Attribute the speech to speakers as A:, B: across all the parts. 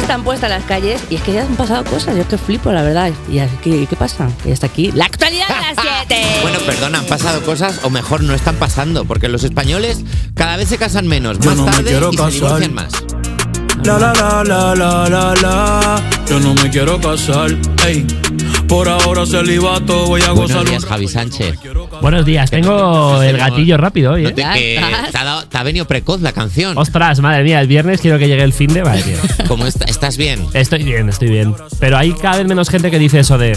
A: están puestas las calles y es que ya han pasado cosas. Yo que flipo, la verdad. ¿Y así que- qué pasa? Que hasta aquí. La actualidad de las 7.
B: Bueno, perdona, han pasado cosas, o mejor, no están pasando, porque los españoles cada vez se casan menos,
C: Yo
B: más
C: no me
B: tarde
C: quiero
B: y
C: casar.
B: se divorcian más.
C: La la la la la la la. Yo no me quiero casar, ey. Por ahora celibato, voy a gozar
B: Buenos
C: un
B: días,
C: rato.
B: Javi Sánchez.
D: Buenos días, tengo el gatillo rápido hoy.
B: No
D: ¿eh?
B: te, que
A: estás.
B: te, ha dado- te ha venido precoz la canción.
D: Ostras, madre mía, el viernes quiero que llegue el fin de madre mía.
B: ¿Cómo est- estás bien?
D: Estoy bien, estoy bien. Pero hay cada vez menos gente que dice eso de.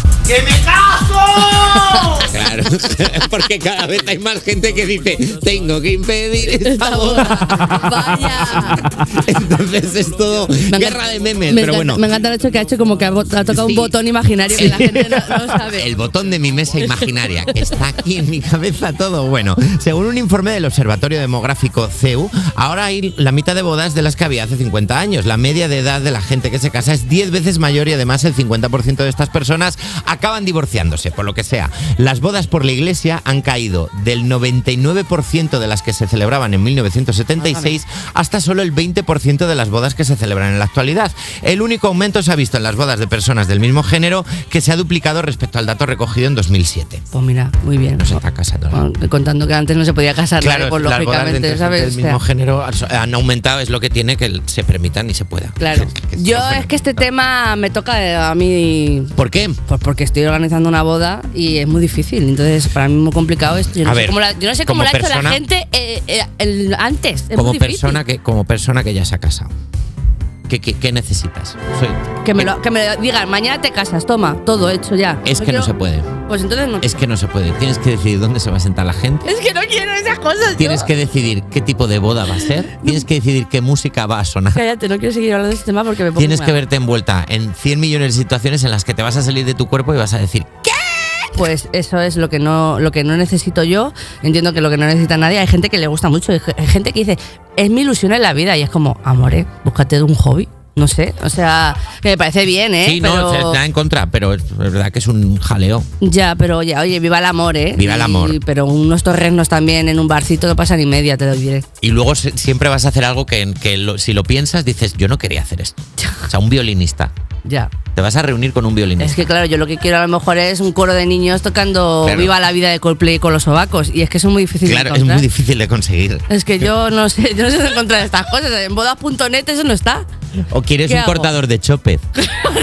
B: Claro, porque cada vez hay más gente que dice, tengo que impedir esta boda.
A: Vaya.
B: Entonces es todo
A: Me encanta-
B: guerra de memes,
A: me
B: pero
A: encanta-
B: bueno.
A: Me encanta el hecho que ha hecho como que ha, bo- ha tocado
B: Sí.
A: un botón imaginario que la gente no, no sabe.
B: El botón de mi mesa imaginaria, que está aquí en mi cabeza todo bueno. Según un informe del Observatorio Demográfico CEU, ahora hay la mitad de bodas de las que había hace 50 años. La media de edad de la gente que se casa es 10 veces mayor y además el 50% de estas personas acaban divorciándose, por lo que sea. Las bodas por la iglesia han caído del 99% de las que se celebraban en 1976 hasta solo el 20% de las bodas que se celebran en la actualidad. El único aumento se ha visto en las bodas de personas del mismo género que se ha duplicado respecto al dato recogido en 2007.
A: Pues mira, muy bien.
B: No se está casando. ¿no?
A: Bueno, Contando que antes no se podía casar, ¿no? pues
B: las bodas de
A: ah. lógicamente,
B: entre
A: ¿sabes?
B: gente
A: O
B: del
A: sea,
B: mismo género han- han aumentado, es lo que tiene que se permitan y se pueda.
A: claro.
B: Que se
A: Yo
B: lo
A: es que este
B: permitan.
A: tema me toca a mí
B: ¿Por qué?
A: Pues porque estoy organizando una boda y es muy difícil. Entonces, para mí es muy complicado esto. Yo no
B: A
A: sé
B: ver,
A: cómo la, yo no sé cómo
B: como
A: la ha hecho la
B: persona-
A: gente eh, eh, el- antes. Es
B: Como
A: muy difícil.
B: persona, que, como persona que ya se ha casado. ¿Qué, qué- qué necesitas? Soy-
A: Que me, lo, que me lo digan, mañana te casas, toma, todo hecho ya.
B: Es que no se puede.
A: Pues entonces no.
B: Es que no se puede. Tienes que decidir dónde se va a sentar la gente.
A: Es que no quiero esas cosas.
B: Tienes
A: yo.
B: que decidir qué tipo de boda va a ser. Tienes que decidir qué música va a sonar.
A: Cállate, no quiero seguir hablando de este tema porque me pongo.
B: Tienes
A: muy
B: que
A: mal.
B: verte envuelta en 100 millones de situaciones en las que te vas a salir de tu cuerpo y vas a decir,
A: Pues eso es lo que no lo que no necesito yo. Entiendo que lo que no necesita nadie. Hay gente que le gusta mucho. Hay ge- hay gente que dice, es mi ilusión en la vida. Y es como, amore, búscate de un hobby. No sé. O sea, que me parece bien, ¿eh?
B: sí, no,
A: Pero-
B: se- nada en contra, pero es verdad que es un jaleo.
A: Ya, pero oye, oye, viva el amor, ¿eh?
B: Viva el
A: Y-
B: amor.
A: pero unos torrenos también en un barcito no pasa ni media, te lo diré.
B: Y luego se- siempre vas a hacer algo que, que lo- si lo piensas dices, yo no quería hacer esto. O sea, un violinista.
A: Ya.
B: Te vas a reunir con un violinista.
A: Es que claro, yo lo que quiero a lo mejor es un coro de niños tocando
B: Claro.
A: Viva la vida de Coldplay con los sobacos. Y es que eso es muy difícil de
B: claro, es
A: encontrar.
B: muy difícil de conseguir.
A: Es que yo no sé, yo no sé encontrar estas cosas. En bodas.net eso no está.
B: O quieres
A: ¿Qué
B: un
A: hago?
B: cortador de choped.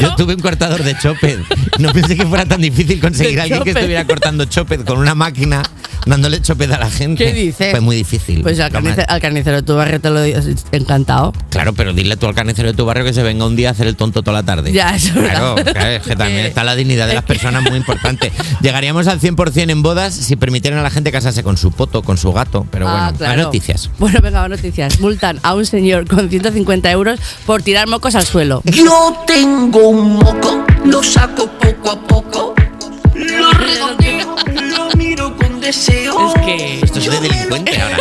B: Yo tuve un cortador de choped. No pensé que fuera tan difícil conseguir
A: De
B: a alguien que
A: choped.
B: estuviera cortando choped con una máquina, dándole choped a la gente.
A: ¿Qué dices?
B: Fue muy difícil.
A: Pues al
B: Lo
A: carnicero,
B: más-
A: al carnicero de tu barrio te lo digo, encantado.
B: Claro, pero dile tú al carnicero de tu barrio que se venga un día a hacer el tonto toda la tarde.
A: Ya, eso es
B: Claro,
A: verdad.
B: claro, es que también
A: Eh,
B: está la dignidad de
A: es
B: las
A: que-
B: personas muy importante. Llegaríamos al 100% en bodas si permitieran a la gente casarse con su poto, con su gato, pero
A: Ah,
B: bueno,
A: claro.
B: las noticias.
A: Bueno, venga, más noticias. Multan a un señor con 150 euros por tirar mocos al suelo.
E: Yo tengo un moco, lo saco poco a poco. Lo regodeo, lo miro con deseo.
A: Es que-
B: Esto es de delincuente ahora.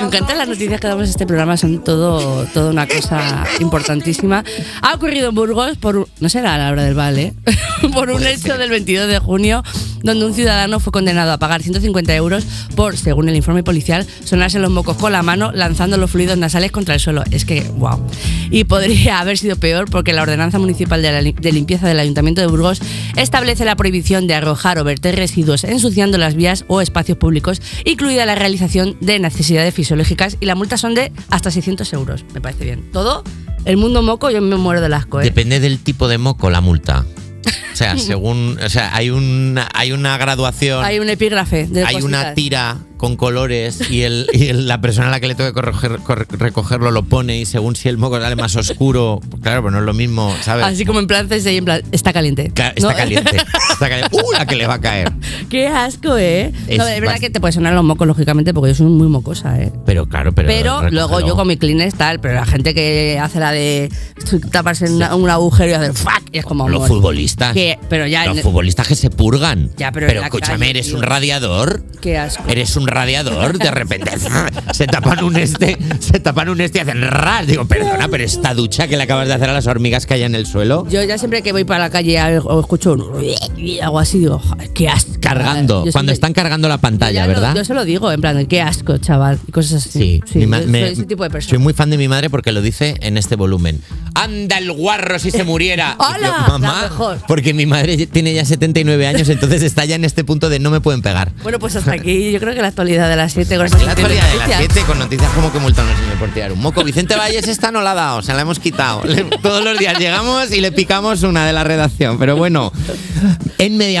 A: Me encantan las noticias que damos en este programa, son todo, todo una cosa importantísima. Ha ocurrido en Burgos, por un- no será la hora del vale, por un hecho del 22 de junio, donde un ciudadano fue condenado a pagar 150 euros por, según el informe policial, sonarse los mocos con la mano lanzando los fluidos nasales contra el suelo. Es que, wow. Eh, Y podría haber sido peor porque la ordenanza municipal de, la li- de limpieza del Ayuntamiento de Burgos establece la prohibición de arrojar o verter residuos ensuciando las vías o espacios públicos, incluida la realización de necesidades fisiológicas y la multa son de hasta 600 euros. Me parece bien. Todo el mundo moco, yo me muero del asco. ¿eh?
B: Depende del tipo de moco la multa. O sea, según. O sea, hay una, hay una graduación.
A: Hay un epígrafe de
B: hay una
A: cositas.
B: tira con colores y, el, y el- la persona a la que le toque corroger- cor- recogerlo lo pone y según si el moco sale más oscuro, pues claro, pero no es lo mismo, ¿sabes?
A: Así como en plan CSI, en plan, está caliente.
B: Ca- está
A: ¿No?
B: caliente. Está caliente. ¡Uh, la que le va a caer!
A: Qué asco, ¿eh?
B: Es
A: no, de verdad
B: bast-
A: que te puede sonar los mocos, lógicamente, porque yo soy muy mocosa, ¿eh?
B: Pero claro, pero.
A: Pero luego
B: recógelo.
A: yo con mi Kleenex tal, pero la gente que hace la de taparse en una- un agujero y hacer fuck, y es como
B: Los
A: amor,
B: futbolistas.
A: Que, pero ya,
B: Los
A: en-
B: futbolistas que se purgan.
A: Ya, pero en la
B: escúchame,
A: calle,
B: ¿eres
A: tío.
B: un radiador?
A: qué asco.
B: ¿Eres un radiador, de repente se tapan un este, se tapan un este y hacen ras. Digo, perdona, pero esta ducha que le acabas de hacer a las hormigas que hay en el suelo.
A: Yo ya siempre que voy para la calle a- o escucho un algo así, digo, "Joder, qué asco. Ah,
B: Cargando,
A: Yo
B: cuando
A: siempre-
B: están cargando la pantalla,
A: Ya lo-
B: ¿verdad?
A: yo se lo digo, en plan, qué asco, chaval. Y cosas así.
B: Sí, mi ma-
A: yo
B: me-
A: soy ese tipo de
B: soy
A: persona.
B: muy fan de mi madre porque lo dice en este volumen. ¡Anda el guarro si se muriera!
A: ¡Hala!
B: Y yo,
A: La
B: Mamá,
A: mejor.
B: porque mi madre ya- tiene ya 79 años, entonces está ya en este punto de no me pueden pegar.
A: Bueno, pues hasta aquí. Yo creo que la actualidad de las 7 con estas
B: Pues La actualidad de las
A: noticias.
B: 7 con noticias como que multan a un señor por tirar un moco. Vicente Valles esta no la ha dado, se la hemos quitado. Le- todos los días llegamos y le picamos una de la redacción. Pero bueno, en media